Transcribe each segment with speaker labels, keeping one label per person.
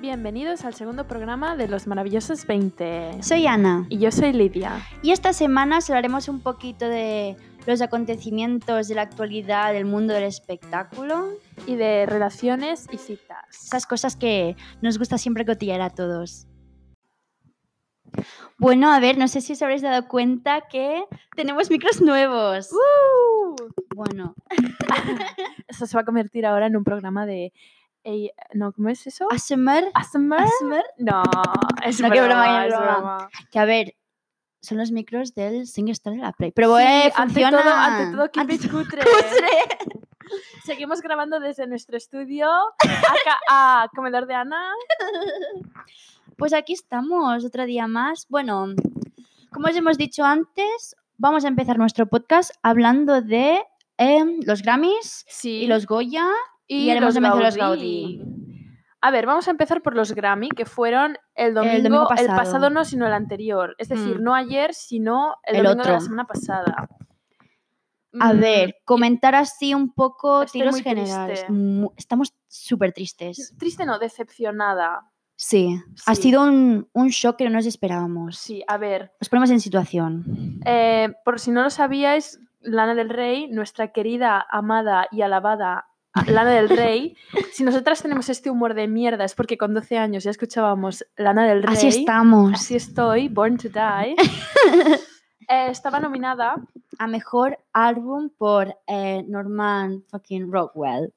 Speaker 1: Bienvenidos al segundo programa de Los Maravillosos 20.
Speaker 2: Soy Ana
Speaker 1: Y yo soy Lidia.
Speaker 2: y esta semana os hablaremos un poquito de los acontecimientos de la actualidad del mundo del espectáculo,
Speaker 1: Y de relaciones y citas.
Speaker 2: esas cosas que nos gusta siempre cotillar a todos. Bueno, a ver, no sé si os habréis dado cuenta que tenemos micros nuevos.
Speaker 1: ¡Uh!
Speaker 2: Bueno,
Speaker 1: Eso se va a convertir ahora en un programa de... Ey, no, ¿cómo es eso?
Speaker 2: ASMR,
Speaker 1: ¿ASMR?
Speaker 2: ASMR,
Speaker 1: No, es
Speaker 2: No, qué
Speaker 1: broma,
Speaker 2: broma,
Speaker 1: es
Speaker 2: qué broma.
Speaker 1: broma.
Speaker 2: que a ver, son los micros del SingStar de la Play. Pero
Speaker 1: Sí,
Speaker 2: bueno,
Speaker 1: ante
Speaker 2: funciona.
Speaker 1: todo, ante todo, keep
Speaker 2: Ante
Speaker 1: it
Speaker 2: todo,
Speaker 1: cutre.
Speaker 2: cutre.
Speaker 1: Seguimos grabando desde nuestro estudio, acá a Comedor de Ana.
Speaker 2: Pues aquí estamos, otro día más. Bueno, como os hemos dicho antes, vamos a empezar nuestro podcast hablando de em, los Grammys
Speaker 1: Sí.
Speaker 2: y los Goya. y haremos de mención a los Gaudí.
Speaker 1: A ver, vamos a empezar por los Grammy, que fueron el domingo,
Speaker 2: domingo
Speaker 1: el, pasado.
Speaker 2: pasado.
Speaker 1: no, sino el anterior. Es decir,
Speaker 2: Mm.
Speaker 1: no ayer, sino el,
Speaker 2: El
Speaker 1: domingo de la
Speaker 2: otro.
Speaker 1: semana pasada.
Speaker 2: A
Speaker 1: Mm,
Speaker 2: ver, comentar así un poco
Speaker 1: Estoy
Speaker 2: tiros
Speaker 1: muy
Speaker 2: generales.
Speaker 1: triste.
Speaker 2: Mu- Estamos súper tristes.
Speaker 1: Triste no, decepcionada.
Speaker 2: Sí, ha
Speaker 1: Sí.
Speaker 2: sido un, un shock que no nos esperábamos.
Speaker 1: Sí, a ver.
Speaker 2: Nos ponemos en situación.
Speaker 1: eh, por si no lo sabíais, Lana del Rey, nuestra querida, amada y alabada Lana del Rey, si nosotras tenemos este humor de mierda es porque con 12 años ya escuchábamos Lana del Rey.
Speaker 2: Así estamos.
Speaker 1: Así estoy, Born to Die. Eh, estaba nominada
Speaker 2: A mejor álbum por eh, Norman fucking Rockwell.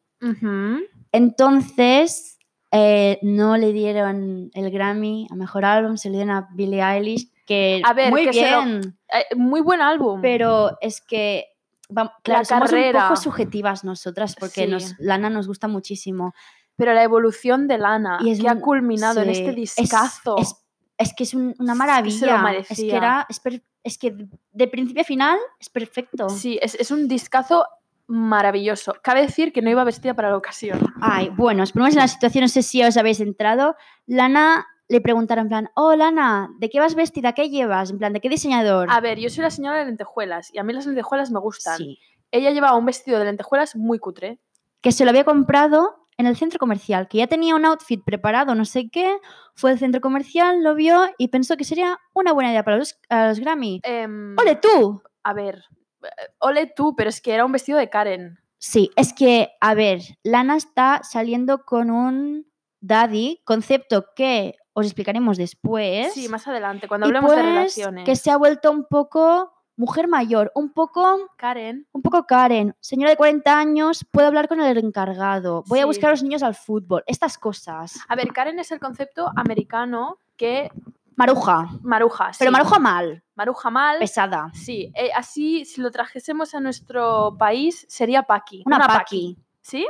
Speaker 2: Entonces, eh, no le dieron el Grammy a Mejor Álbum, se lo dieron a Billie Eilish, que
Speaker 1: A ver,
Speaker 2: muy
Speaker 1: que se lo-
Speaker 2: bien,
Speaker 1: Eh, muy buen álbum.
Speaker 2: pero es que, vam- claro, somos un
Speaker 1: carrera.
Speaker 2: poco subjetivas nosotras, porque
Speaker 1: Sí.
Speaker 2: nos, Lana nos gusta muchísimo.
Speaker 1: pero la evolución de Lana
Speaker 2: Y es
Speaker 1: que ha
Speaker 2: un-
Speaker 1: culminado en
Speaker 2: Sí,
Speaker 1: este
Speaker 2: es-
Speaker 1: discazo.
Speaker 2: Es, es que es un-
Speaker 1: Es
Speaker 2: una
Speaker 1: que se lo
Speaker 2: maravilla. Es que,
Speaker 1: merecía.
Speaker 2: era, es, per- es que de principio a final es perfecto.
Speaker 1: Sí, es, es un discazo maravilloso. Cabe decir que no iba vestida para la ocasión.
Speaker 2: Ay, bueno, os ponemos en la situación, no sé si os habéis entrado. Lana le preguntaron en plan, oh Lana, ¿de qué vas vestida? ¿Qué llevas? En plan, ¿de qué diseñador?
Speaker 1: A ver, yo soy la señora de lentejuelas y a mí las lentejuelas me gustan.
Speaker 2: Sí.
Speaker 1: Ella llevaba un vestido de lentejuelas muy cutre.
Speaker 2: Que se lo había comprado en el centro comercial, que ya tenía un outfit preparado, no sé qué. Fue al centro comercial, lo vio y pensó que sería una buena idea para los, a los Grammy.
Speaker 1: Em,
Speaker 2: ¡Ole tú!
Speaker 1: A ver, eh, ole tú, pero es que era un vestido de Karen.
Speaker 2: Sí, es que, a ver, Lana está saliendo con un daddy, concepto que os explicaremos después.
Speaker 1: Sí, más adelante, cuando
Speaker 2: Y
Speaker 1: hablemos de
Speaker 2: pues,
Speaker 1: relaciones.
Speaker 2: Que se ha vuelto un poco mujer mayor, un poco,
Speaker 1: Karen.
Speaker 2: un poco Karen, señora de 40 años, puedo hablar con el encargado, voy
Speaker 1: Sí.
Speaker 2: a buscar a los niños al fútbol, estas cosas.
Speaker 1: A ver, Karen es el concepto americano que
Speaker 2: Maruja,
Speaker 1: Maruja. sí.
Speaker 2: pero Maruja Pues mal,
Speaker 1: Maruja mal.
Speaker 2: pesada.
Speaker 1: Sí, eh, así si lo trajésemos a nuestro país sería Paki.
Speaker 2: Una, Paki.
Speaker 1: ¿Sí?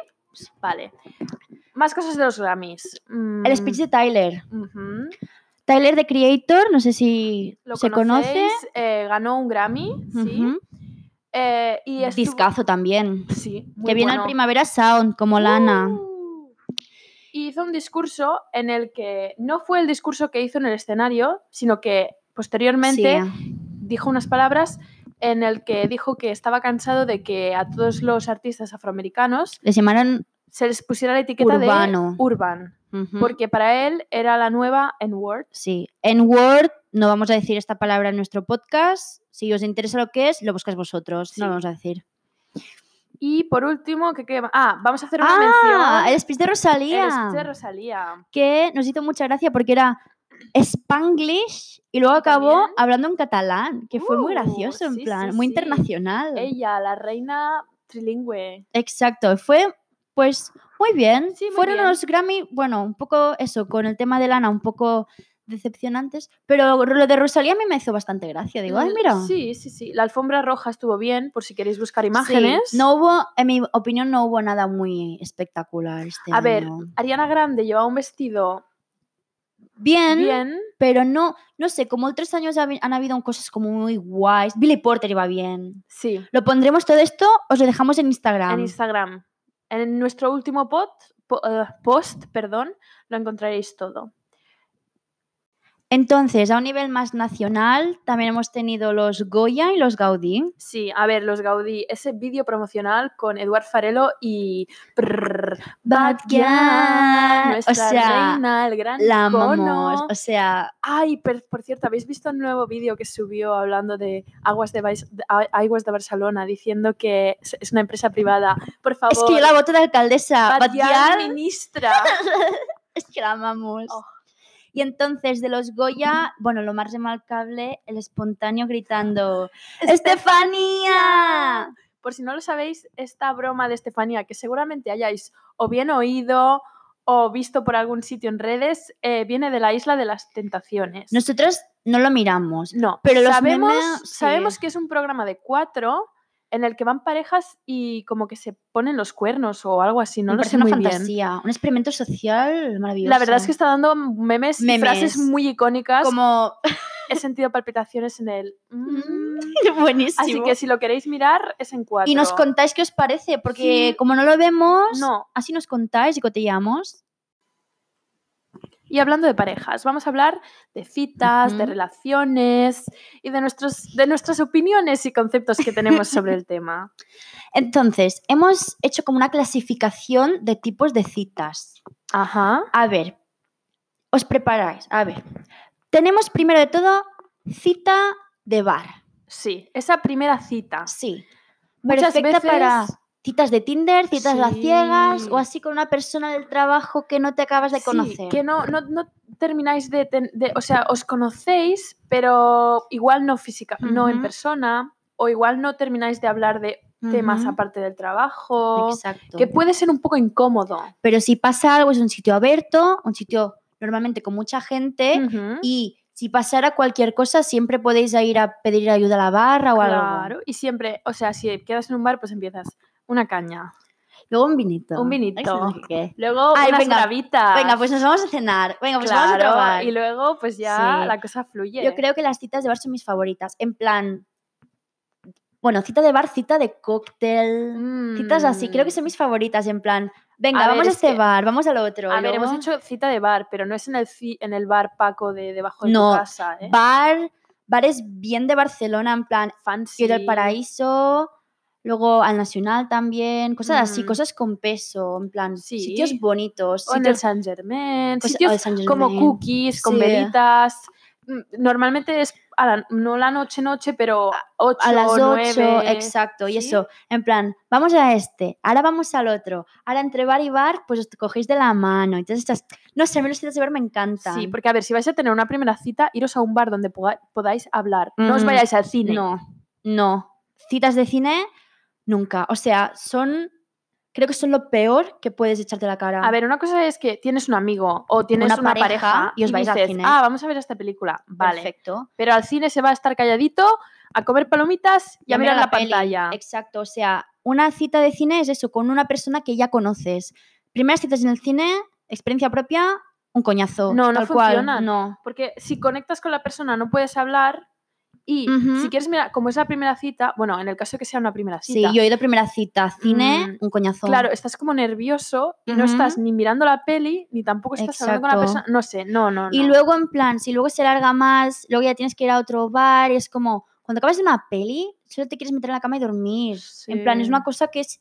Speaker 1: Vale. Más cosas de los Grammys.
Speaker 2: El speech de Tyler.
Speaker 1: Mm, ujú.
Speaker 2: Tyler de Creator, no sé si
Speaker 1: Lo
Speaker 2: se conoce.
Speaker 1: conocéis, eh, ganó un Grammy, sí.
Speaker 2: Ujú.
Speaker 1: Eh, y estuvo-
Speaker 2: Discazo también.
Speaker 1: Sí, muy
Speaker 2: que viene
Speaker 1: bueno.
Speaker 2: al Primavera Sound, como Lana.
Speaker 1: Uh. Y hizo un discurso en el que no fue el discurso que hizo en el escenario, sino que posteriormente
Speaker 2: Sí.
Speaker 1: dijo unas palabras en el que dijo que estaba cansado de que a todos los artistas afroamericanos
Speaker 2: Les llamaron
Speaker 1: se les pusiera la etiqueta
Speaker 2: Urbano.
Speaker 1: de urban,
Speaker 2: ujú,
Speaker 1: porque para él era la nueva N-word.
Speaker 2: Sí. En Word no vamos a decir esta palabra en nuestro podcast. Si os interesa lo que es, lo buscáis vosotros. No
Speaker 1: Sí.
Speaker 2: lo vamos a decir.
Speaker 1: Y por último, que, que- ah, vamos a hacer una
Speaker 2: Ah, el
Speaker 1: mención.
Speaker 2: speech de
Speaker 1: El
Speaker 2: Rosalía.
Speaker 1: speech de Rosalía.
Speaker 2: Que nos hizo mucha gracia porque era Spanglish y luego acabó
Speaker 1: También.
Speaker 2: hablando en catalán, que fue muy
Speaker 1: Uh,
Speaker 2: gracioso, en
Speaker 1: sí,
Speaker 2: plan,
Speaker 1: sí,
Speaker 2: muy
Speaker 1: sí.
Speaker 2: internacional.
Speaker 1: Ella, la reina trilingüe.
Speaker 2: Exacto, fue pues muy bien.
Speaker 1: Sí, muy
Speaker 2: Fueron
Speaker 1: bien.
Speaker 2: los Grammy, bueno, un poco eso, con el tema de Lana, un poco decepcionantes, pero lo de Rosalía a mí me hizo bastante gracia. Digo, ay,
Speaker 1: Mm,
Speaker 2: mira.
Speaker 1: Sí, sí, sí. La alfombra roja estuvo bien, por si queréis buscar
Speaker 2: sí,
Speaker 1: imágenes.
Speaker 2: No hubo, en mi opinión, no hubo nada muy espectacular este
Speaker 1: A ver,
Speaker 2: año.
Speaker 1: Ariana Grande llevaba un vestido
Speaker 2: Bien,
Speaker 1: bien.
Speaker 2: pero no, no sé, como otros años ha habi- han habido cosas como muy guays. Billy Porter iba bien.
Speaker 1: Sí,
Speaker 2: Lo pondremos todo esto, os lo dejamos en Instagram.
Speaker 1: en Instagram. En nuestro último pot- po- eh, post, perdón, lo encontraréis todo.
Speaker 2: Entonces, a un nivel más nacional, también hemos tenido los Goya y los Gaudí.
Speaker 1: Sí, a ver, los Gaudí, ese vídeo promocional con Eduard Farelo y prrr, Bad Girl, nuestra
Speaker 2: Ah, O sea,
Speaker 1: reina, el gran
Speaker 2: La
Speaker 1: icono.
Speaker 2: amamos. O sea,
Speaker 1: Ay, per- por, cierto, ¿habéis visto el nuevo vídeo que subió hablando de Aguas de, Bais- de A- Aguas de Barcelona diciendo que es- es una empresa privada? Por favor,
Speaker 2: es que yo la voto de alcaldesa.
Speaker 1: Bad Gyal,
Speaker 2: Batiar,
Speaker 1: ministra.
Speaker 2: es que la amamos.
Speaker 1: Oh.
Speaker 2: Y entonces, de los Goya, bueno, lo más remarcable, el espontáneo gritando: ¡Estefanía!
Speaker 1: Por si no lo sabéis, esta broma de Estefanía, que seguramente hayáis o bien oído o visto por algún sitio en redes, eh, viene de la Isla de las Tentaciones.
Speaker 2: Nosotros no lo miramos.
Speaker 1: No,
Speaker 2: Pero los
Speaker 1: sabemos,
Speaker 2: memes, sí.
Speaker 1: sabemos que es un programa de cuatro en el que van parejas y como que se ponen los cuernos o algo así, no
Speaker 2: Me
Speaker 1: lo
Speaker 2: parece
Speaker 1: sé
Speaker 2: una
Speaker 1: muy bien.
Speaker 2: fantasía, un experimento social maravilloso.
Speaker 1: La verdad es que está dando memes, y
Speaker 2: Memes.
Speaker 1: frases muy icónicas.
Speaker 2: como
Speaker 1: He sentido palpitaciones en el... mm.
Speaker 2: buenísimo.
Speaker 1: Así que si lo queréis mirar, es en cuatro.
Speaker 2: y nos contáis qué os parece, porque
Speaker 1: Sí.
Speaker 2: como no lo vemos,
Speaker 1: No,
Speaker 2: así nos contáis y cotillamos.
Speaker 1: Y hablando de parejas, vamos a hablar de citas, de
Speaker 2: Ujú.
Speaker 1: relaciones y de, nuestros, de nuestras opiniones y conceptos que tenemos sobre el tema.
Speaker 2: Entonces, hemos hecho como una clasificación de tipos de citas.
Speaker 1: Ajá.
Speaker 2: A ver, os preparáis. A ver, tenemos primero de todo cita de bar.
Speaker 1: Sí, esa primera cita.
Speaker 2: Sí.
Speaker 1: Muchas
Speaker 2: Perfecta
Speaker 1: veces-
Speaker 2: para citas de Tinder, citas a ciegas
Speaker 1: Sí.
Speaker 2: o así con una persona del trabajo que no te acabas de
Speaker 1: Sí,
Speaker 2: conocer.
Speaker 1: que no, no, no termináis de, ten- de- O sea, os conocéis, pero igual no física, no en
Speaker 2: Ujú.
Speaker 1: persona, o igual no termináis de hablar de temas
Speaker 2: Ujú.
Speaker 1: aparte del trabajo.
Speaker 2: Exacto.
Speaker 1: Que puede ser un poco incómodo.
Speaker 2: Pero si pasa algo, es un sitio abierto, un sitio normalmente con mucha gente
Speaker 1: Ujú.
Speaker 2: Eh, y si pasara cualquier cosa, siempre podéis a ir a pedir ayuda a la barra o algo.
Speaker 1: Claro, y siempre, o sea, si quedas en un bar, pues empiezas una caña.
Speaker 2: Luego un vinito.
Speaker 1: Un
Speaker 2: Ay,
Speaker 1: vinito.
Speaker 2: ¿sabes lo que qué?
Speaker 1: Luego
Speaker 2: Ay,
Speaker 1: unas
Speaker 2: venga,
Speaker 1: bravitas.
Speaker 2: Venga, pues nos vamos a cenar. Venga, pues vamos a
Speaker 1: Claro,
Speaker 2: probar.
Speaker 1: Y luego, pues ya
Speaker 2: Sí.
Speaker 1: la cosa fluye.
Speaker 2: Yo creo que las citas de bar son mis favoritas. En plan, bueno, cita de bar, cita de cóctel, citas así. Creo que son
Speaker 1: Mm.
Speaker 2: mis favoritas. En plan, venga,
Speaker 1: ver,
Speaker 2: vamos a
Speaker 1: es
Speaker 2: este
Speaker 1: que-
Speaker 2: bar, vamos al otro.
Speaker 1: A
Speaker 2: y
Speaker 1: ver, hemos
Speaker 2: luego
Speaker 1: hecho cita de bar, pero no es en el, ci- en el bar Paco de debajo de
Speaker 2: No,
Speaker 1: tu casa, ¿eh?
Speaker 2: bar, bares bien de Barcelona, en plan,
Speaker 1: Fancy.
Speaker 2: Quiero el paraíso, luego al Nacional también, cosas así,
Speaker 1: Mm.
Speaker 2: cosas con peso, en plan, sitios
Speaker 1: Sí.
Speaker 2: bonitos,
Speaker 1: O en el
Speaker 2: sitios,
Speaker 1: Saint Germain.
Speaker 2: cosas-
Speaker 1: sitios
Speaker 2: al Saint
Speaker 1: como
Speaker 2: Germain.
Speaker 1: cookies, con
Speaker 2: Sí.
Speaker 1: velitas. Mm, Normalmente es a la- no la noche, noche, pero 8,
Speaker 2: A las 8,
Speaker 1: 9.
Speaker 2: exacto, y
Speaker 1: sí.
Speaker 2: eso, en plan, vamos a este, ahora vamos al otro, ahora entre bar y bar, pues os cogéis de la mano, entonces estás, no sé, a mí los sitios de bar me encantan.
Speaker 1: Sí, porque a ver, si vais a tener una primera cita, iros a un bar donde poda- podáis hablar. No os
Speaker 2: Mm,
Speaker 1: vayáis al cine.
Speaker 2: No, no, citas de cine, nunca, o sea, son, creo que son lo peor que puedes echarte a la cara.
Speaker 1: A ver, una cosa es que tienes un amigo o tienes
Speaker 2: Una
Speaker 1: una, pareja,
Speaker 2: pareja y os vais al
Speaker 1: dices,
Speaker 2: cine.
Speaker 1: Ah, vamos a ver esta película. Vale.
Speaker 2: Perfecto.
Speaker 1: Pero al cine se va a estar calladito, a comer palomitas y
Speaker 2: Ya
Speaker 1: a mirar
Speaker 2: mira
Speaker 1: la,
Speaker 2: la peli,
Speaker 1: pantalla.
Speaker 2: Exacto, o sea, una cita de cine es eso, con una persona que ya conoces. Primeras citas en el cine, experiencia propia, un coñazo.
Speaker 1: No, no
Speaker 2: tal cual,
Speaker 1: funcionan.
Speaker 2: No.
Speaker 1: Porque si conectas con la persona no puedes hablar y
Speaker 2: Ujú.
Speaker 1: si quieres mirar, como es la primera cita, bueno, en el caso que sea una primera
Speaker 2: Sí,
Speaker 1: cita.
Speaker 2: yo he ido a primera cita, cine,
Speaker 1: Mm,
Speaker 2: un coñazo.
Speaker 1: Claro, estás como nervioso y no
Speaker 2: Ujú.
Speaker 1: estás ni mirando la peli ni tampoco estás hablando con la
Speaker 2: Exacto.
Speaker 1: persona. No sé, no, no.
Speaker 2: Y
Speaker 1: no.
Speaker 2: luego, en plan, si luego se larga más, luego ya tienes que ir a otro bar, y es como, cuando acabas de una peli, solo te quieres meter en la cama y dormir. En plan, es
Speaker 1: Sí.
Speaker 2: una cosa que es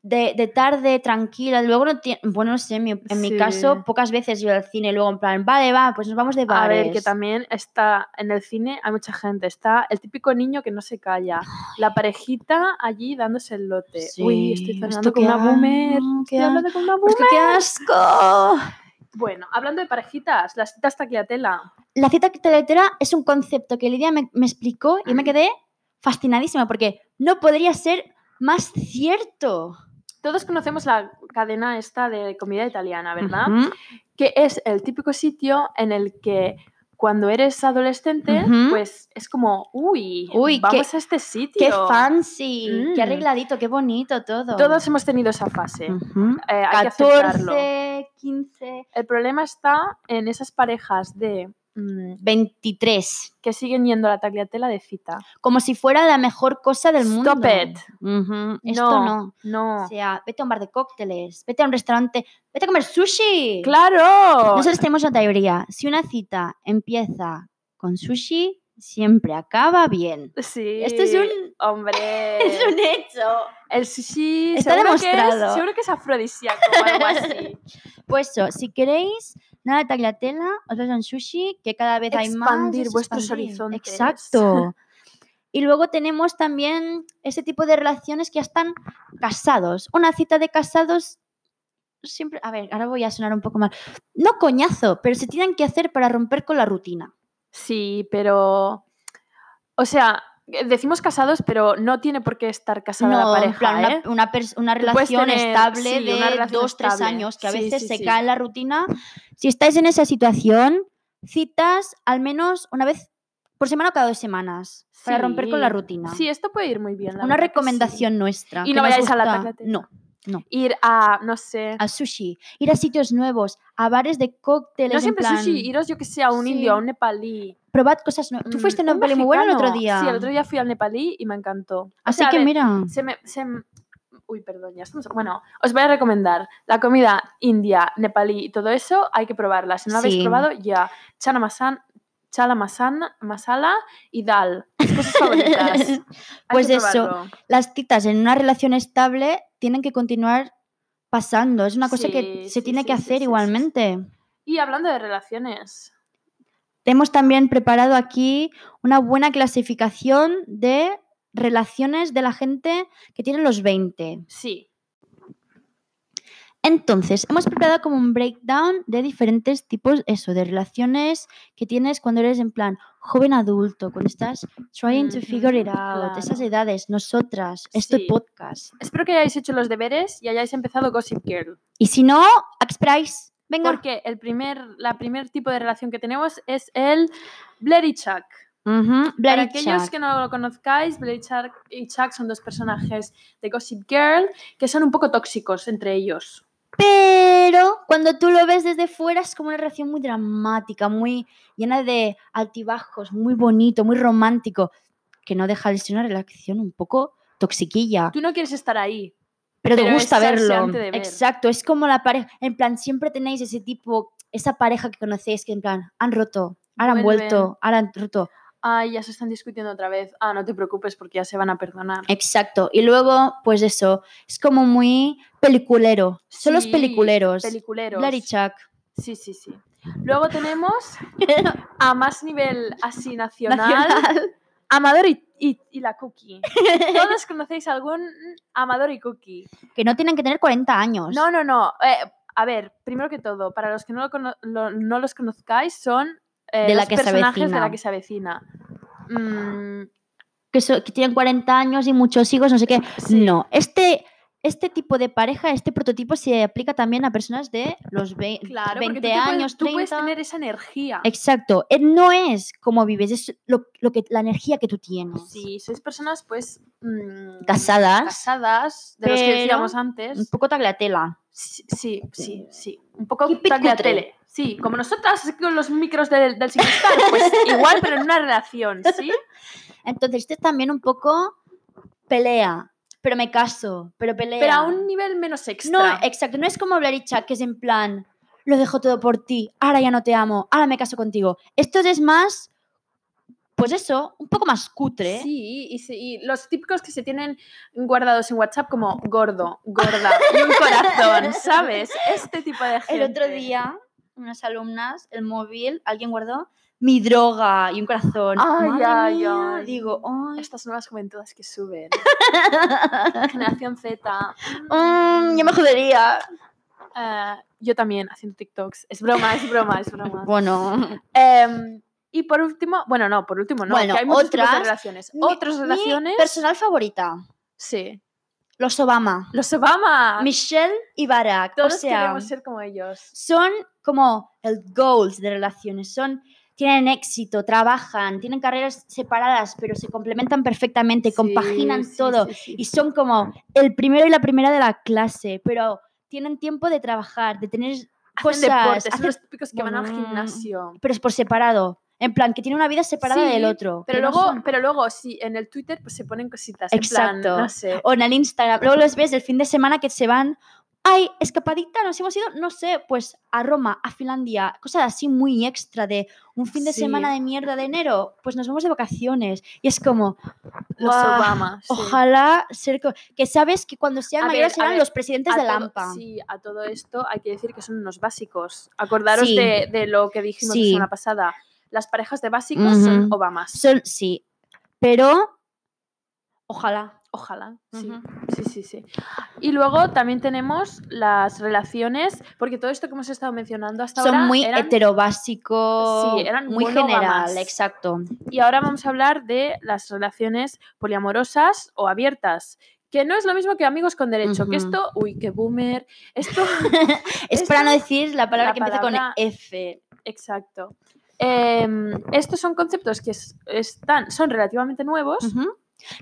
Speaker 2: de, de tarde, tranquila. Luego no tiene, bueno, no sé, en mi, en mi caso,
Speaker 1: Sí.
Speaker 2: pocas veces yo al cine, luego en plan, vale, va, pues nos vamos de
Speaker 1: A
Speaker 2: bares.
Speaker 1: ver, que también está en el cine, hay mucha gente. Está el típico niño que no se calla. La parejita allí dándose el lote. Uy, estoy
Speaker 2: Sí,
Speaker 1: hablando
Speaker 2: esto
Speaker 1: con
Speaker 2: qué
Speaker 1: una boomer.
Speaker 2: asco, qué
Speaker 1: Estoy
Speaker 2: a-
Speaker 1: hablando con una
Speaker 2: Pues
Speaker 1: boomer.
Speaker 2: que ¡Qué asco!
Speaker 1: Bueno, hablando de parejitas, las citas tagliatela.
Speaker 2: La cita letera es un concepto que Lidia me, me explicó y me quedé fascinadísima porque no podría ser más cierto.
Speaker 1: Todos conocemos la cadena esta de comida italiana, ¿verdad?
Speaker 2: Ujú,
Speaker 1: Que es el típico sitio en el que cuando eres adolescente,
Speaker 2: Ujú.
Speaker 1: pues es como, uy,
Speaker 2: Uy, qué-
Speaker 1: vamos a este sitio.
Speaker 2: ¡Qué fancy!
Speaker 1: Mm.
Speaker 2: ¡Qué arregladito! ¡Qué bonito todo!
Speaker 1: Todos hemos tenido esa fase.
Speaker 2: Ujú.
Speaker 1: Eh, hay que aceptarlo.
Speaker 2: 14, 15.
Speaker 1: El problema está en esas parejas de mm,
Speaker 2: 23.
Speaker 1: que siguen yendo a la tagliatela de fita.
Speaker 2: Como si fuera la mejor cosa del mundo.
Speaker 1: Stop it.
Speaker 2: Ujú, Esto no.
Speaker 1: No.
Speaker 2: O sea, vete a un bar de cócteles, vete a un restaurante, vete a comer sushi.
Speaker 1: ¡Claro!
Speaker 2: Nosotros tenemos una teoría. Si una cita empieza con sushi, siempre acaba bien.
Speaker 1: Sí.
Speaker 2: Esto es un,
Speaker 1: Hombre.
Speaker 2: es un hecho.
Speaker 1: El sushi
Speaker 2: Está
Speaker 1: seguro Que es,
Speaker 2: demostrado.
Speaker 1: seguro que es afrodisíaco o algo así.
Speaker 2: Pues eso, si queréis, nada de tagliatella, os vais a un sushi, que cada vez hay más.
Speaker 1: Expandir
Speaker 2: es
Speaker 1: vuestros horizontes.
Speaker 2: Exacto. Y luego tenemos también ese tipo de relaciones que ya están casados. Una cita de casados siempre... A ver, ahora voy a sonar un poco mal. No coñazo, pero se tienen que hacer para romper con la rutina.
Speaker 1: Sí, pero. O sea, eh, decimos casados, pero no tiene por qué estar casada
Speaker 2: no,
Speaker 1: la
Speaker 2: en
Speaker 1: pareja.
Speaker 2: plan, una-
Speaker 1: ¿eh?
Speaker 2: una, pers- una
Speaker 1: Tú puedes
Speaker 2: relación
Speaker 1: tener-
Speaker 2: estable
Speaker 1: sí,
Speaker 2: de
Speaker 1: una relación
Speaker 2: dos, tres
Speaker 1: estable.
Speaker 2: años, que a
Speaker 1: Sí,
Speaker 2: veces
Speaker 1: sí,
Speaker 2: se
Speaker 1: sí.
Speaker 2: cae la rutina. Si estáis en esa situación, citas al menos una vez por semana o cada dos semanas para romper con la
Speaker 1: Sí.
Speaker 2: rutina.
Speaker 1: Sí, esto puede ir muy bien. la
Speaker 2: una
Speaker 1: verdad que sí.
Speaker 2: recomendación nuestra.
Speaker 1: Y
Speaker 2: que
Speaker 1: no
Speaker 2: nos
Speaker 1: vayáis a la
Speaker 2: gusta.
Speaker 1: Taclatela.
Speaker 2: No,
Speaker 1: Ir a, no sé.
Speaker 2: a sushi, ir a sitios nuevos, a bares de cócteles.
Speaker 1: no
Speaker 2: en
Speaker 1: siempre
Speaker 2: plan,
Speaker 1: sushi, iros yo que sé, a un
Speaker 2: Sí.
Speaker 1: indio, a un nepalí.
Speaker 2: Probad cosas nuevas. Tú
Speaker 1: Mm,
Speaker 2: fuiste a un
Speaker 1: un
Speaker 2: peli muy bueno el otro
Speaker 1: mexicano.
Speaker 2: día.
Speaker 1: Sí, el otro día fui al nepalí y me encantó. O
Speaker 2: Así
Speaker 1: sea, a
Speaker 2: que
Speaker 1: ver,
Speaker 2: mira.
Speaker 1: Se me, se m- Uy, perdón, ya estamos. Bueno, os voy a recomendar la comida india, nepalí y todo eso, hay que probarla. Si no la
Speaker 2: Sí.
Speaker 1: habéis probado, ya. Chana masan, chala masan, masala y dal. Mis cosas favoritas. Hay
Speaker 2: Pues
Speaker 1: que
Speaker 2: eso.
Speaker 1: probarlo.
Speaker 2: las citas en una relación estable tienen que continuar pasando. Es una cosa
Speaker 1: Sí,
Speaker 2: que se
Speaker 1: sí,
Speaker 2: tiene
Speaker 1: sí,
Speaker 2: que
Speaker 1: sí,
Speaker 2: hacer
Speaker 1: sí, sí, sí.
Speaker 2: igualmente.
Speaker 1: Y hablando de relaciones.
Speaker 2: Hemos también preparado aquí una buena clasificación de relaciones de la gente que tiene los 20.
Speaker 1: Sí.
Speaker 2: Entonces, hemos preparado como un breakdown de diferentes tipos, eso, de relaciones que tienes cuando eres en plan joven adulto, cuando estás trying to
Speaker 1: Ujú,
Speaker 2: figure it out,
Speaker 1: claro.
Speaker 2: esas edades, nosotras, este
Speaker 1: Sí.
Speaker 2: podcast.
Speaker 1: Espero que hayáis hecho los deberes y hayáis empezado Gossip Girl.
Speaker 2: Y si no, Axprice, venga.
Speaker 1: Porque el primer, la primer tipo de relación que tenemos es el Blerichak.
Speaker 2: Ujú,
Speaker 1: Para
Speaker 2: Blarichak.
Speaker 1: aquellos que no lo conozcáis, Blair y Chuck, y Chuck son dos personajes de Gossip Girl que son un poco tóxicos entre ellos.
Speaker 2: Pero cuando tú lo ves desde fuera es como una relación muy dramática, muy llena de altibajos, muy bonito, muy romántico, que no deja de ser una relación un poco toxiquilla.
Speaker 1: Tú no quieres estar ahí.
Speaker 2: Pero, te
Speaker 1: pero es
Speaker 2: gusta verlo.
Speaker 1: salseante de ver.
Speaker 2: Exacto, es como la pareja, en plan, siempre tenéis ese tipo, esa pareja que conocéis que en plan, han roto, ahora han
Speaker 1: Vuelven.
Speaker 2: vuelto, ahora han roto.
Speaker 1: Ay, ya se están discutiendo otra vez. Ah, no te preocupes porque ya se van a perdonar.
Speaker 2: Exacto. Y luego, pues eso, es como muy peliculero. Son los
Speaker 1: Sí,
Speaker 2: peliculeros.
Speaker 1: Peliculeros.
Speaker 2: Larichak.
Speaker 1: Sí, sí, sí. Luego tenemos a más nivel así nacional,
Speaker 2: Nacional.
Speaker 1: Amador y, y- y la Cookie. Todos conocéis algún Amador y Cookie.
Speaker 2: Que no tienen que tener 40 años.
Speaker 1: No, no, no. eh, a ver, primero que todo, para los que no, lo cono- lo- no los conozcáis, son eh,
Speaker 2: De la
Speaker 1: los
Speaker 2: que se
Speaker 1: personajes de
Speaker 2: avecina.
Speaker 1: la que se avecina. Mm,
Speaker 2: que, so- que tienen 40 años y muchos hijos, no sé qué.
Speaker 1: sí,
Speaker 2: No, este, este tipo de pareja, este prototipo se aplica también a personas de los vei-
Speaker 1: claro,
Speaker 2: 20
Speaker 1: porque tú te puedes-
Speaker 2: años,
Speaker 1: tú puedes
Speaker 2: 30.
Speaker 1: tener esa energía.
Speaker 2: Exacto, eh, no es cómo vives, es lo, lo que, la energía que tú tienes.
Speaker 1: Si sois personas, pues. mm,
Speaker 2: Casadas,
Speaker 1: Casadas, de los que
Speaker 2: pero-
Speaker 1: decíamos
Speaker 2: un
Speaker 1: antes.
Speaker 2: poco taglatela.
Speaker 1: Sí, sí, sí. sí, Un poco
Speaker 2: Hippie
Speaker 1: tac de la
Speaker 2: cutre.
Speaker 1: tele. Sí, como nosotras así con los micros del, del Sigistar, pues igual, pero en una relación, ¿sí?
Speaker 2: Entonces, este es también un poco pelea, pero me caso, pero pelea.
Speaker 1: Pero a un nivel menos extra.
Speaker 2: No, exacto, no es como Blaricha, que es en plan, lo dejo todo por ti, ahora ya no te amo, ahora me caso contigo. Esto es más, pues eso, un poco más cutre.
Speaker 1: Sí, y, se- y los típicos que se tienen guardados en WhatsApp como gordo, gorda y un corazón, ¿sabes? Este tipo de gente.
Speaker 2: El otro día, unas alumnas, el móvil, alguien guardó mi droga y un corazón.
Speaker 1: Ay,
Speaker 2: Madre
Speaker 1: ay,
Speaker 2: mía,
Speaker 1: ay.
Speaker 2: Digo, ay.
Speaker 1: Estas nuevas juventudes que suben. Generación Z.
Speaker 2: Mm, yo me jodería.
Speaker 1: Eh, yo también haciendo TikToks. Es broma, es broma, es broma.
Speaker 2: Bueno,
Speaker 1: Em, y por último, bueno, no, por último no,
Speaker 2: Bueno,
Speaker 1: que hay muchos tipos de
Speaker 2: otras.
Speaker 1: relaciones.
Speaker 2: mi-
Speaker 1: Otras
Speaker 2: mi
Speaker 1: relaciones.
Speaker 2: personal favorita,
Speaker 1: Sí.
Speaker 2: los Obama.
Speaker 1: Los Obama.
Speaker 2: Michelle y Barack.
Speaker 1: Ah. Todos
Speaker 2: o sea,
Speaker 1: queremos ser como ellos.
Speaker 2: son como el goals de relaciones, son tienen éxito, trabajan, tienen carreras separadas, pero se complementan perfectamente,
Speaker 1: Sí,
Speaker 2: compaginan
Speaker 1: sí,
Speaker 2: todo
Speaker 1: sí, sí,
Speaker 2: y
Speaker 1: sí.
Speaker 2: son como el primero y la primera de la clase, pero tienen tiempo de trabajar, de tener
Speaker 1: Hacen
Speaker 2: cosas,
Speaker 1: deportes, son
Speaker 2: hacen- Mm.
Speaker 1: los típicos que van al
Speaker 2: Bueno,
Speaker 1: gimnasio.
Speaker 2: pero es por separado. En plan, que tiene una vida separada
Speaker 1: Sí,
Speaker 2: del otro.
Speaker 1: Pero
Speaker 2: que no
Speaker 1: luego,
Speaker 2: son-
Speaker 1: pero luego sí, en el Twitter pues, se ponen cositas. en plan,
Speaker 2: Exacto.
Speaker 1: no sé.
Speaker 2: O en el Instagram. Luego los ves el fin de semana que se van. Ay, escapadita, nos hemos ido, no sé, pues a Roma, a Finlandia, cosas así muy extra de un fin de
Speaker 1: Sí.
Speaker 2: semana de mierda de enero, pues nos vamos de vacaciones. Y es como,
Speaker 1: Los
Speaker 2: Guau,
Speaker 1: Obama. sí.
Speaker 2: ojalá ser co- que sabes que cuando sean
Speaker 1: A
Speaker 2: mayores
Speaker 1: ver, a
Speaker 2: serán
Speaker 1: ver,
Speaker 2: los presidentes
Speaker 1: A
Speaker 2: de la
Speaker 1: todo-
Speaker 2: AMPA.
Speaker 1: Sí, a todo esto hay que decir que son unos básicos. Acordaros
Speaker 2: Sí.
Speaker 1: de, de lo que dijimos
Speaker 2: Sí.
Speaker 1: la semana pasada. Las parejas de básicos son
Speaker 2: Ujú.
Speaker 1: Obamas.
Speaker 2: Son- sí. Pero ojalá.
Speaker 1: Ojalá. Sí.
Speaker 2: Ujú.
Speaker 1: Sí, sí, sí. Y luego también tenemos las relaciones, porque todo esto que hemos estado mencionando hasta ahora
Speaker 2: Son muy
Speaker 1: eran-
Speaker 2: heterobásico,
Speaker 1: Sí, eran
Speaker 2: muy
Speaker 1: monógamas.
Speaker 2: general, exacto.
Speaker 1: y ahora vamos a hablar de las relaciones poliamorosas o abiertas, que no es lo mismo que amigos con derecho, que
Speaker 2: Ujú.
Speaker 1: esto, uy, qué boomer, esto,
Speaker 2: es
Speaker 1: Esta-
Speaker 2: para no decir la palabra
Speaker 1: la
Speaker 2: que empieza
Speaker 1: palabra-
Speaker 2: con F.
Speaker 1: exacto. Em, estos son conceptos que es- están, son relativamente nuevos.
Speaker 2: Ujú.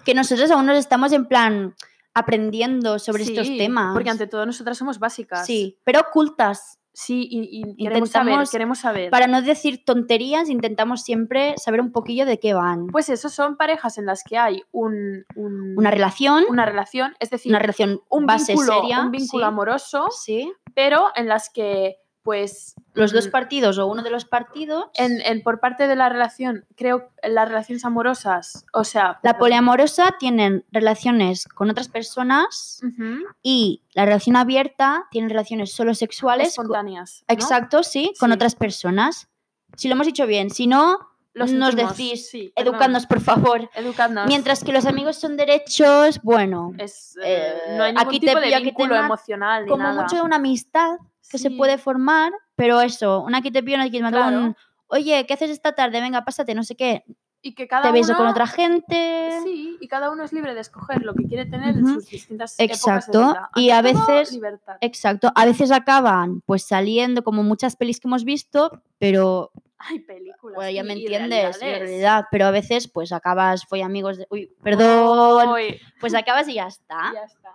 Speaker 2: Que nosotros aún nos estamos en plan aprendiendo sobre estos
Speaker 1: Sí,
Speaker 2: temas.
Speaker 1: Porque ante todo nosotras somos básicas.
Speaker 2: Sí, pero ocultas.
Speaker 1: Sí, y, y queremos saber,
Speaker 2: Intentamos
Speaker 1: queremos saber.
Speaker 2: Para no decir tonterías, intentamos siempre saber un poquillo de qué van.
Speaker 1: Pues eso son parejas en las que hay un, un-
Speaker 2: una relación,
Speaker 1: una relación, es decir,
Speaker 2: una relación
Speaker 1: un,
Speaker 2: base
Speaker 1: vínculo,
Speaker 2: seria.
Speaker 1: un vínculo
Speaker 2: sí,
Speaker 1: amoroso,
Speaker 2: sí.
Speaker 1: pero en las que, pues,
Speaker 2: Los dos
Speaker 1: Mm.
Speaker 2: partidos o uno de los partidos.
Speaker 1: en, en- por parte de la relación, creo en las relaciones amorosas, o sea,
Speaker 2: La
Speaker 1: perdón,
Speaker 2: poliamorosa tienen relaciones con otras personas
Speaker 1: ujú,
Speaker 2: y la relación abierta tiene relaciones solo sexuales. co-
Speaker 1: espontáneas. ¿no?
Speaker 2: Exacto, sí, con
Speaker 1: Sí.
Speaker 2: otras personas. Si lo hemos dicho bien, si no,
Speaker 1: Lo
Speaker 2: nos
Speaker 1: sentimos,
Speaker 2: decís,
Speaker 1: sí, perdón,
Speaker 2: educadnos, por favor.
Speaker 1: Educadnos.
Speaker 2: Mientras que los amigos son derechos, bueno,
Speaker 1: Es, eh, no hay
Speaker 2: eh,
Speaker 1: ningún
Speaker 2: aquí te
Speaker 1: tipo de
Speaker 2: pillo, aquí te
Speaker 1: vínculo
Speaker 2: mato,
Speaker 1: emocional ni
Speaker 2: como
Speaker 1: nada.
Speaker 2: mucho una amistad que se
Speaker 1: Sí.
Speaker 2: puede formar, pero eso, una que te pillo, una que te mato,
Speaker 1: Claro.
Speaker 2: un, oye, ¿qué haces esta tarde? Venga, pásate, no sé qué,
Speaker 1: y que cada
Speaker 2: te beso con
Speaker 1: uno-
Speaker 2: otra gente.
Speaker 1: Sí, y cada uno es libre de escoger lo que quiere tener en
Speaker 2: Ujú.
Speaker 1: sus distintas épocas de
Speaker 2: Exacto,
Speaker 1: vida.
Speaker 2: y
Speaker 1: Ante
Speaker 2: a
Speaker 1: todo,
Speaker 2: veces- eh,
Speaker 1: libertad.
Speaker 2: Exacto, a veces acaban pues saliendo como muchas pelis que hemos visto, pero
Speaker 1: Hay películas.
Speaker 2: bueno, pues ya
Speaker 1: y-
Speaker 2: me
Speaker 1: y
Speaker 2: entiendes, y
Speaker 1: realidades.
Speaker 2: realidad, pero a veces pues acabas, fue amigos de... Uy, perdón,
Speaker 1: Uy,
Speaker 2: pues acabas y ya está.
Speaker 1: ya está.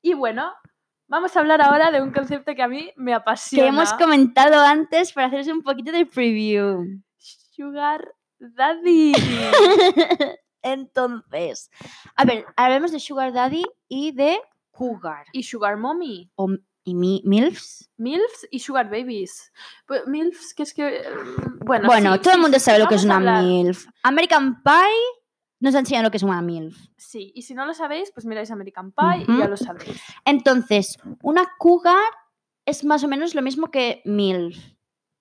Speaker 1: Y bueno, vamos a hablar ahora de un concepto que a mí me apasiona.
Speaker 2: que hemos comentado antes para hacerse un poquito de preview.
Speaker 1: Sugar Daddy.
Speaker 2: Entonces, a ver, hablemos de Sugar Daddy y de Cougar.
Speaker 1: y Sugar Mommy.
Speaker 2: O, ¿Y mi, MILFs?
Speaker 1: MILFs y Sugar Babies. Pues, MILFs, que es que... eh, Bueno,
Speaker 2: Bueno,
Speaker 1: sí,
Speaker 2: todo el
Speaker 1: sí,
Speaker 2: mundo
Speaker 1: sí,
Speaker 2: sabe lo que
Speaker 1: vamos
Speaker 2: es
Speaker 1: a
Speaker 2: una
Speaker 1: hablar.
Speaker 2: MILF. American Pie nos ha enseñado lo que es una MILF.
Speaker 1: Sí, y si no lo sabéis, pues miráis American Pie y
Speaker 2: Ujú.
Speaker 1: ya lo sabréis.
Speaker 2: Entonces, una Cougar es más o menos lo mismo que MILF.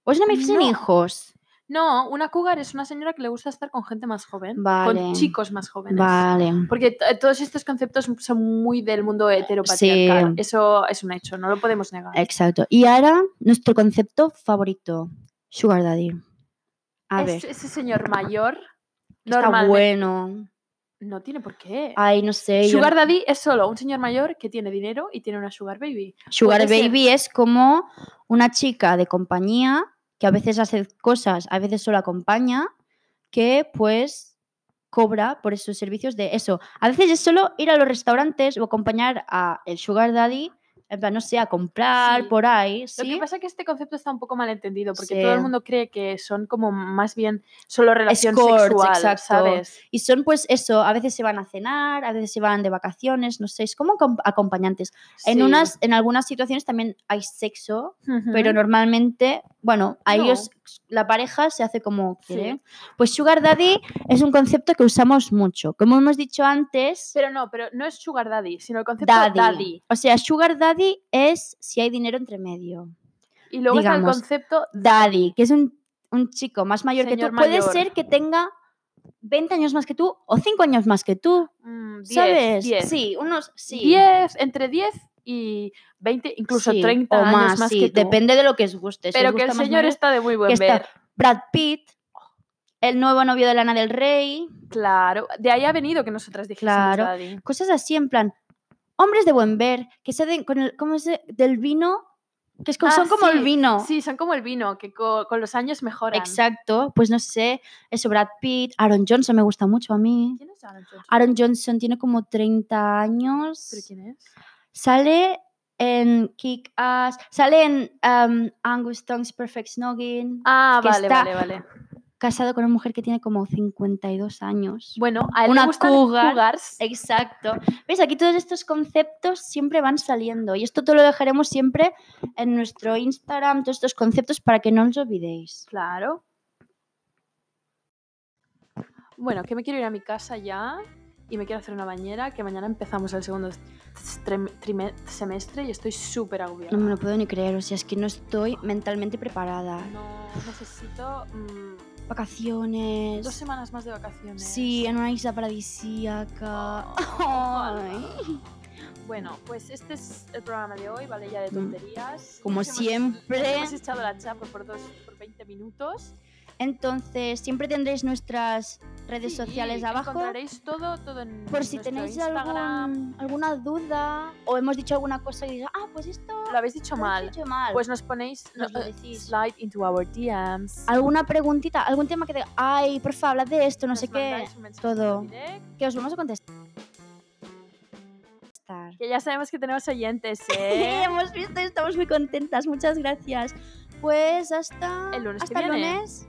Speaker 2: ¿O es una MILF sin
Speaker 1: No.
Speaker 2: hijos?
Speaker 1: No, una cougar es una señora que le gusta estar con gente más joven, con
Speaker 2: Vale.
Speaker 1: chicos más jóvenes.
Speaker 2: Vale.
Speaker 1: Porque t- eh, todos estos conceptos son muy del mundo heteropatriarcal.
Speaker 2: Eh, Sí. Eh,
Speaker 1: Eso es un hecho, no lo podemos negar.
Speaker 2: Exacto. Y ahora, nuestro concepto favorito, Sugar Daddy. A
Speaker 1: Es-
Speaker 2: ver.
Speaker 1: Ese señor mayor
Speaker 2: Está
Speaker 1: normalmente
Speaker 2: bueno.
Speaker 1: no tiene por qué.
Speaker 2: Ay, no sé. yo-
Speaker 1: Sugar Daddy es solo un señor mayor que tiene dinero y tiene una Sugar Baby.
Speaker 2: Sugar
Speaker 1: puede ser.
Speaker 2: Baby es como una chica de compañía que a veces hace cosas, a veces solo acompaña, que pues cobra por esos servicios de eso. A veces es solo ir a los restaurantes o acompañar a el Sugar Daddy, en plan, no sé, a comprar
Speaker 1: Sí.
Speaker 2: por ahí,
Speaker 1: Lo que
Speaker 2: ¿sí?
Speaker 1: pasa es que este concepto está un poco malentendido porque
Speaker 2: Sí.
Speaker 1: todo el mundo cree que son como más bien solo relación
Speaker 2: Escorts,
Speaker 1: sexual,
Speaker 2: exacto.
Speaker 1: ¿sabes?
Speaker 2: Y son pues eso, a veces se van a cenar, a veces se van de vacaciones, no sé, es como acom- acompañantes. En,
Speaker 1: Sí.
Speaker 2: unas, en algunas situaciones también hay sexo,
Speaker 1: Ujú.
Speaker 2: pero normalmente, bueno, a
Speaker 1: No.
Speaker 2: ellos la pareja se hace como
Speaker 1: Sí.
Speaker 2: quiere. Pues Sugar Daddy es un concepto que usamos mucho. Como hemos dicho antes,
Speaker 1: Pero no, pero no es Sugar Daddy, sino el concepto
Speaker 2: daddy.
Speaker 1: daddy.
Speaker 2: O sea, Sugar Daddy es si hay dinero entre medio.
Speaker 1: Y luego está el
Speaker 2: digamos,
Speaker 1: concepto
Speaker 2: Daddy, que es un, un chico más mayor que
Speaker 1: Señor
Speaker 2: tú. Puede
Speaker 1: mayor.
Speaker 2: ser que tenga 20 años más que tú o 5 años más que tú,
Speaker 1: mm, 10,
Speaker 2: ¿sabes?
Speaker 1: 10.
Speaker 2: Sí, unos sí.
Speaker 1: 10, entre 10 y 20, incluso
Speaker 2: sí,
Speaker 1: 30
Speaker 2: o
Speaker 1: años
Speaker 2: más,
Speaker 1: más,
Speaker 2: sí,
Speaker 1: que tú.
Speaker 2: depende de lo que os guste. si os
Speaker 1: Pero que
Speaker 2: gusta
Speaker 1: el
Speaker 2: más
Speaker 1: señor
Speaker 2: mayor,
Speaker 1: está de muy buen
Speaker 2: que está
Speaker 1: ver.
Speaker 2: Brad Pitt, el nuevo novio de Lana del Rey,
Speaker 1: Claro. De ahí ha venido que nosotras dijimos
Speaker 2: Claro.
Speaker 1: daddy.
Speaker 2: cosas así en plan hombres de buen ver, que se den con el ¿cómo se del vino? Que es como-
Speaker 1: Ah,
Speaker 2: son como el
Speaker 1: sí,
Speaker 2: vino.
Speaker 1: Sí, son como el vino, que co- con los años mejoran.
Speaker 2: Exacto, pues no sé, eso Brad Pitt, Aaron Johnson me gusta mucho a mí.
Speaker 1: ¿Quién es Aaron Johnson?
Speaker 2: Aaron Johnson tiene como 30 años.
Speaker 1: ¿Pero quién es?
Speaker 2: Sale en Kick Ass, sale en um, Angus Tongues Perfect Snogging,
Speaker 1: Ah,
Speaker 2: que
Speaker 1: vale,
Speaker 2: está-
Speaker 1: vale, vale.
Speaker 2: casado con una mujer que tiene como 52 años.
Speaker 1: Bueno, a él
Speaker 2: Una
Speaker 1: le gustan
Speaker 2: cougar.
Speaker 1: cougars.
Speaker 2: Exacto. ¿Veis? Aquí todos estos conceptos siempre van saliendo. Y esto te lo dejaremos siempre en nuestro Instagram, todos estos conceptos para que no os olvidéis.
Speaker 1: Claro. Bueno, que me quiero ir a mi casa ya y me quiero hacer una bañera, que mañana empezamos el segundo trem- trime- semestre y estoy súper
Speaker 2: No
Speaker 1: agobiada.
Speaker 2: me lo puedo ni creer, o sea, es que no estoy mentalmente preparada.
Speaker 1: No, necesito mm,
Speaker 2: Vacaciones.
Speaker 1: dos semanas más de vacaciones.
Speaker 2: Sí, en una isla paradisíaca.
Speaker 1: Oh,
Speaker 2: Ay.
Speaker 1: ojalá. Bueno, pues este es el programa de hoy, ¿vale? Ya de
Speaker 2: Mm.
Speaker 1: tonterías.
Speaker 2: Como
Speaker 1: Nos hemos-
Speaker 2: siempre.
Speaker 1: nos Hemos echado la chapa por, dos, por 20 minutos.
Speaker 2: Entonces, siempre tendréis nuestras redes
Speaker 1: Sí,
Speaker 2: sociales abajo.
Speaker 1: Encontraréis todo, todo en
Speaker 2: Por si
Speaker 1: nuestro
Speaker 2: tenéis
Speaker 1: Instagram.
Speaker 2: algún- alguna duda o hemos dicho alguna cosa y digáis, ah, pues esto
Speaker 1: Lo habéis dicho
Speaker 2: lo
Speaker 1: mal.
Speaker 2: he dicho mal.
Speaker 1: Pues nos ponéis
Speaker 2: Nos
Speaker 1: no,
Speaker 2: lo
Speaker 1: eh,
Speaker 2: decís.
Speaker 1: slide into our DMs.
Speaker 2: alguna preguntita, algún tema que diga, ay, porfa, hablad de esto, no
Speaker 1: Nos
Speaker 2: sé qué,
Speaker 1: mandáis un mensaje
Speaker 2: todo.
Speaker 1: por direct,
Speaker 2: que os vamos a contestar.
Speaker 1: Que ya sabemos que tenemos oyentes,
Speaker 2: Eh,
Speaker 1: ¿eh?
Speaker 2: hemos visto y estamos muy contentas, muchas gracias. Pues hasta
Speaker 1: El lunes que
Speaker 2: hasta el
Speaker 1: viene.
Speaker 2: lunes.